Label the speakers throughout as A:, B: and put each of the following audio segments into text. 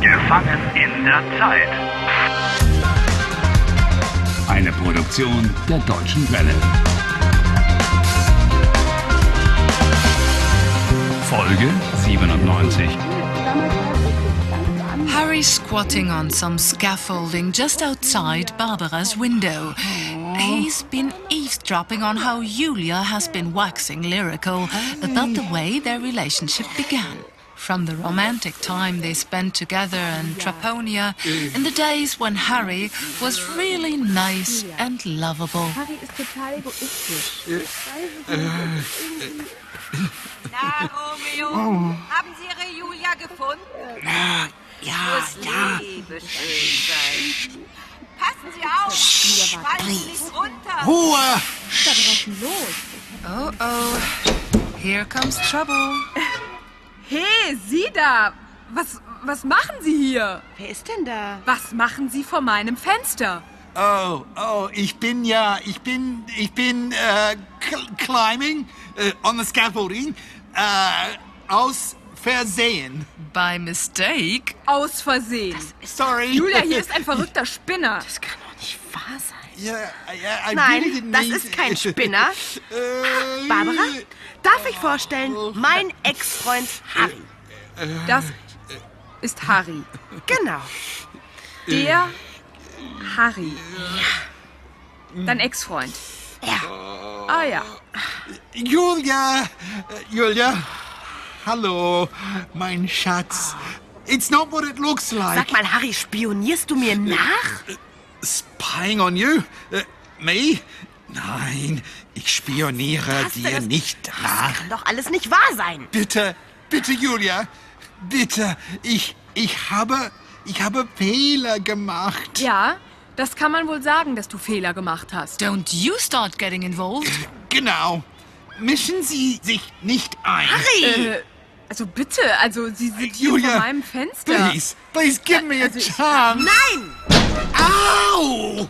A: Gefangen in der Zeit.
B: Eine Produktion der Deutschen Welle. Folge 97.
C: Harry squatting on some scaffolding just outside Barbara's window. He's been eavesdropping on how Julia has been waxing lyrical about the way their relationship began. From the romantic time they spent together in Traponia, in the days when Harry was really nice and lovable.
D: Harry ist total egoistisch.
E: Na, Romeo, haben Sie Ihre Julia gefunden?
F: Ja,
E: Muss Liebe schön sein. Passen Sie auf, fallen Sie nicht runter.
F: Ruhe!
C: Oh oh, here comes trouble.
D: Hey, Sie da! Was, was machen Sie hier?
G: Wer ist denn da?
D: Was machen Sie vor meinem Fenster?
F: Oh, oh, ich bin ja, ich bin, ich bin äh, cl climbing äh, on the scaffolding äh, aus Versehen.
C: By mistake,
D: Aus Versehen.
F: Sorry.
D: Julia, hier ist ein verrückter Spinner.
G: Das kann doch nicht wahr sein.
F: Ja, ja, I really
G: Nein,
F: didn't
G: das
F: mean-
G: ist kein Spinner.
F: Äh,
G: Barbara, darf ich vorstellen, mein Ex-Freund Harry.
D: Das ist Harry.
G: Genau.
D: Der Harry. Dein Ex-Freund.
G: Ja.
D: Ah ja.
F: Julia, äh, Julia, hallo, mein Schatz. It's not what it looks like.
G: Sag mal, Harry, spionierst du mir nach?
F: Spying on you? Äh, me? Nein, ich spioniere dir nicht nach.
G: Kann doch alles nicht wahr sein.
F: Bitte, bitte, Julia, bitte. Ich, ich habe, ich habe Fehler gemacht.
D: Ja, das kann man wohl sagen, dass du Fehler gemacht hast.
C: don't you start getting involved.
F: Genau. Mischen Sie sich nicht ein.
G: Harry!
D: Äh, also bitte, also Sie sind hier
F: Julia,
D: vor meinem Fenster.
F: Please, please give me a
D: also ich-
F: chance.
G: Nein!
F: Ow!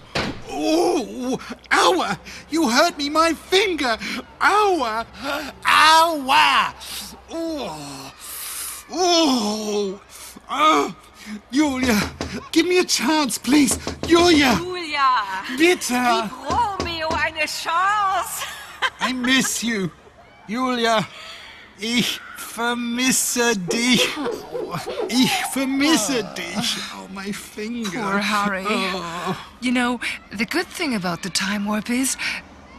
F: Oh, ow! You hurt me, my finger! Ow! Ow! Oh! Oh! Oh! Julia, give me a chance, please! Julia,
E: Julia,
F: bitte!
E: gib Romeo eine Chance.
F: I miss you! Julia, ich vermisse dich! Ich vermisse dich! Oh, my finger! Oh.
C: Poor Harry. You know, the good thing about the time warp is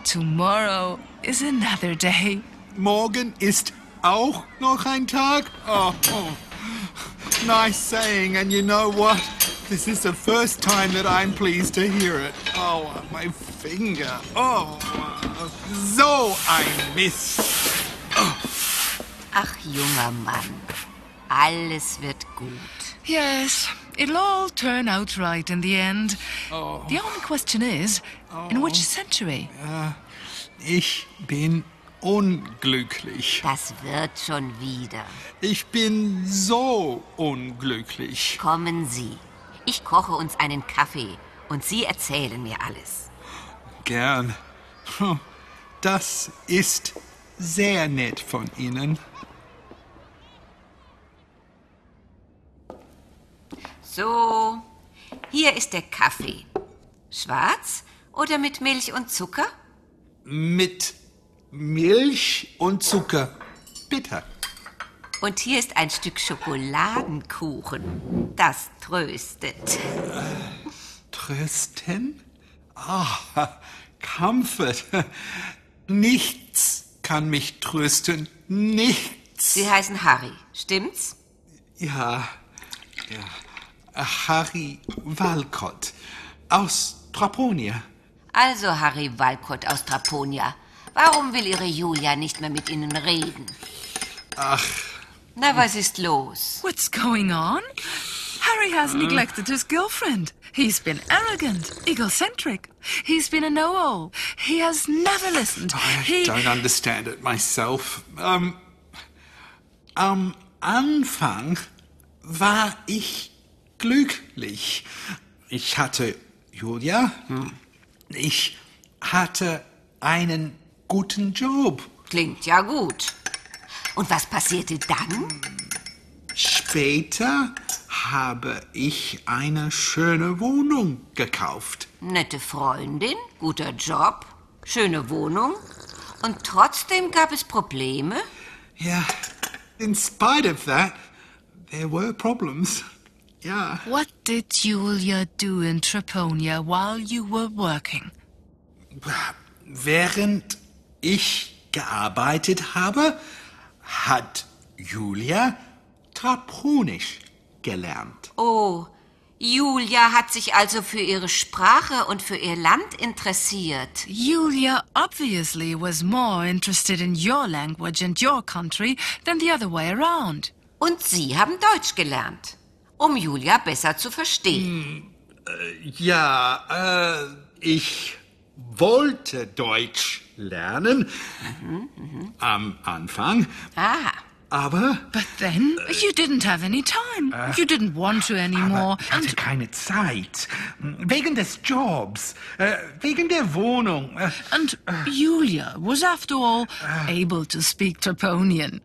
C: tomorrow is another day.
F: Morgen ist auch noch ein Tag. Oh, oh. Nice saying, and you know what? This is the first time that I'm pleased to hear it. Oh, my finger. Oh, so ein Mist.
E: Ach, junger Mann, alles wird gut.
C: Yes, it'll all turn out right in the end.
F: Oh.
C: The only question is, in which century?
F: Ich bin unglücklich.
E: Das wird schon wieder.
F: Ich bin so unglücklich.
E: Kommen Sie. Ich koche uns einen Kaffee und Sie erzählen mir alles.
F: Gern. Hm, Das ist sehr nett von Ihnen.
E: So, hier ist der Kaffee. Schwarz oder mit Milch und Zucker?
F: mit Milch und Zucker. Bitte.
E: Und hier ist ein Stück Schokoladenkuchen. Das tröstet.
F: Trösten? Ah, Comfort. Nichts kann mich trösten. Nichts.
E: Sie heißen Harry, stimmt's?
F: Ja, ja. Harry Walcott aus Traponia.
E: Also Harry Walcott aus Traponia. Warum will Ihre Julia nicht mehr mit Ihnen reden?
F: Ach,
E: Na, was ist los?
C: What's going on? Harry has neglected his girlfriend. He's been arrogant, egocentric. He's been a know-all. He has never listened.
F: I
C: He...
F: don't understand it myself. Ähm, am Anfang war ich glücklich. Ich hatte Julia. Ich hatte einen guten Job.
E: Klingt ja gut. Und was passierte dann?
F: Später habe ich eine schöne Wohnung gekauft.
E: Nette Freundin, guter Job, schöne Wohnung. Und trotzdem gab es Probleme?
F: Yeah. In spite of that, there were problems. Yeah.
C: What did Julia do in Treponia while you were working?
F: Während ich gearbeitet habe, hat Julia Traponisch gelernt.
E: Oh, Julia hat sich also für ihre Sprache und für ihr Land interessiert.
C: Julia obviously was more interested in your language and your country than the other way around.
E: Und Sie haben Deutsch gelernt, um Julia besser zu verstehen.
F: Ja, äh, ich wollte Deutsch lernen am Anfang,
E: Ah,
F: aber
C: But then Uh, you didn't have any time. you didn't want to anymore.
H: Aber ich hatte keine Zeit. Wegen des Jobs. Äh, wegen der Wohnung. Äh,
C: And Julia was, after all, able to speak Treponian.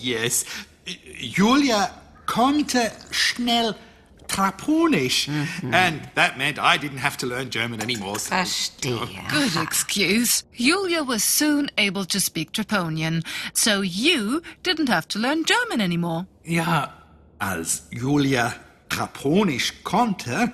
F: yes, Julia konnte schnell Traponisch. And that meant I didn't have to learn German anymore. So.
E: verstehe.
C: Good excuse. Julia was soon able to speak Treponian, so you didn't have to learn German anymore.
F: Ja, als Julia Traponisch konnte,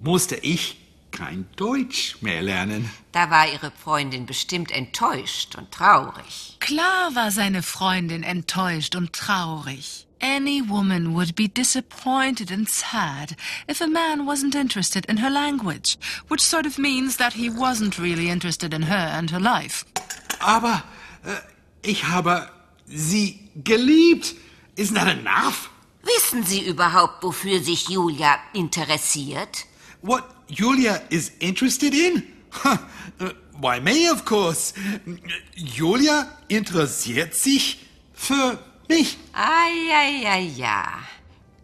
F: musste ich kein Deutsch mehr lernen.
E: Da war Ihre Freundin bestimmt enttäuscht und traurig.
C: Klar war seine Freundin enttäuscht und traurig. Any woman would be disappointed and sad if a man wasn't interested in her language, which sort of means that he wasn't really interested in her and her life.
F: Aber äh, ich habe sie geliebt. Isn't that enough?
E: Wissen Sie überhaupt, wofür sich Julia interessiert?
F: What Julia is interested in? Huh, äh, Why me, of course. Julia interessiert sich für mich.
E: Ah, ja, ja, ja.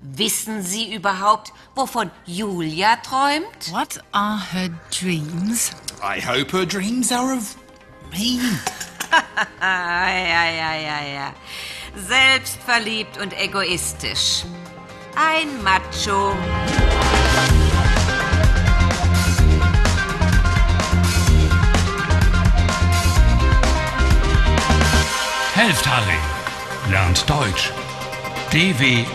E: Wissen Sie überhaupt, wovon Julia träumt?
C: What are her dreams?
F: I hope her dreams are of me.
E: Ah, ja, ja, ja, ja. Selbstverliebt und egoistisch. Ein Macho.
B: Helft Harry. Lernt Deutsch. dw.com/harry.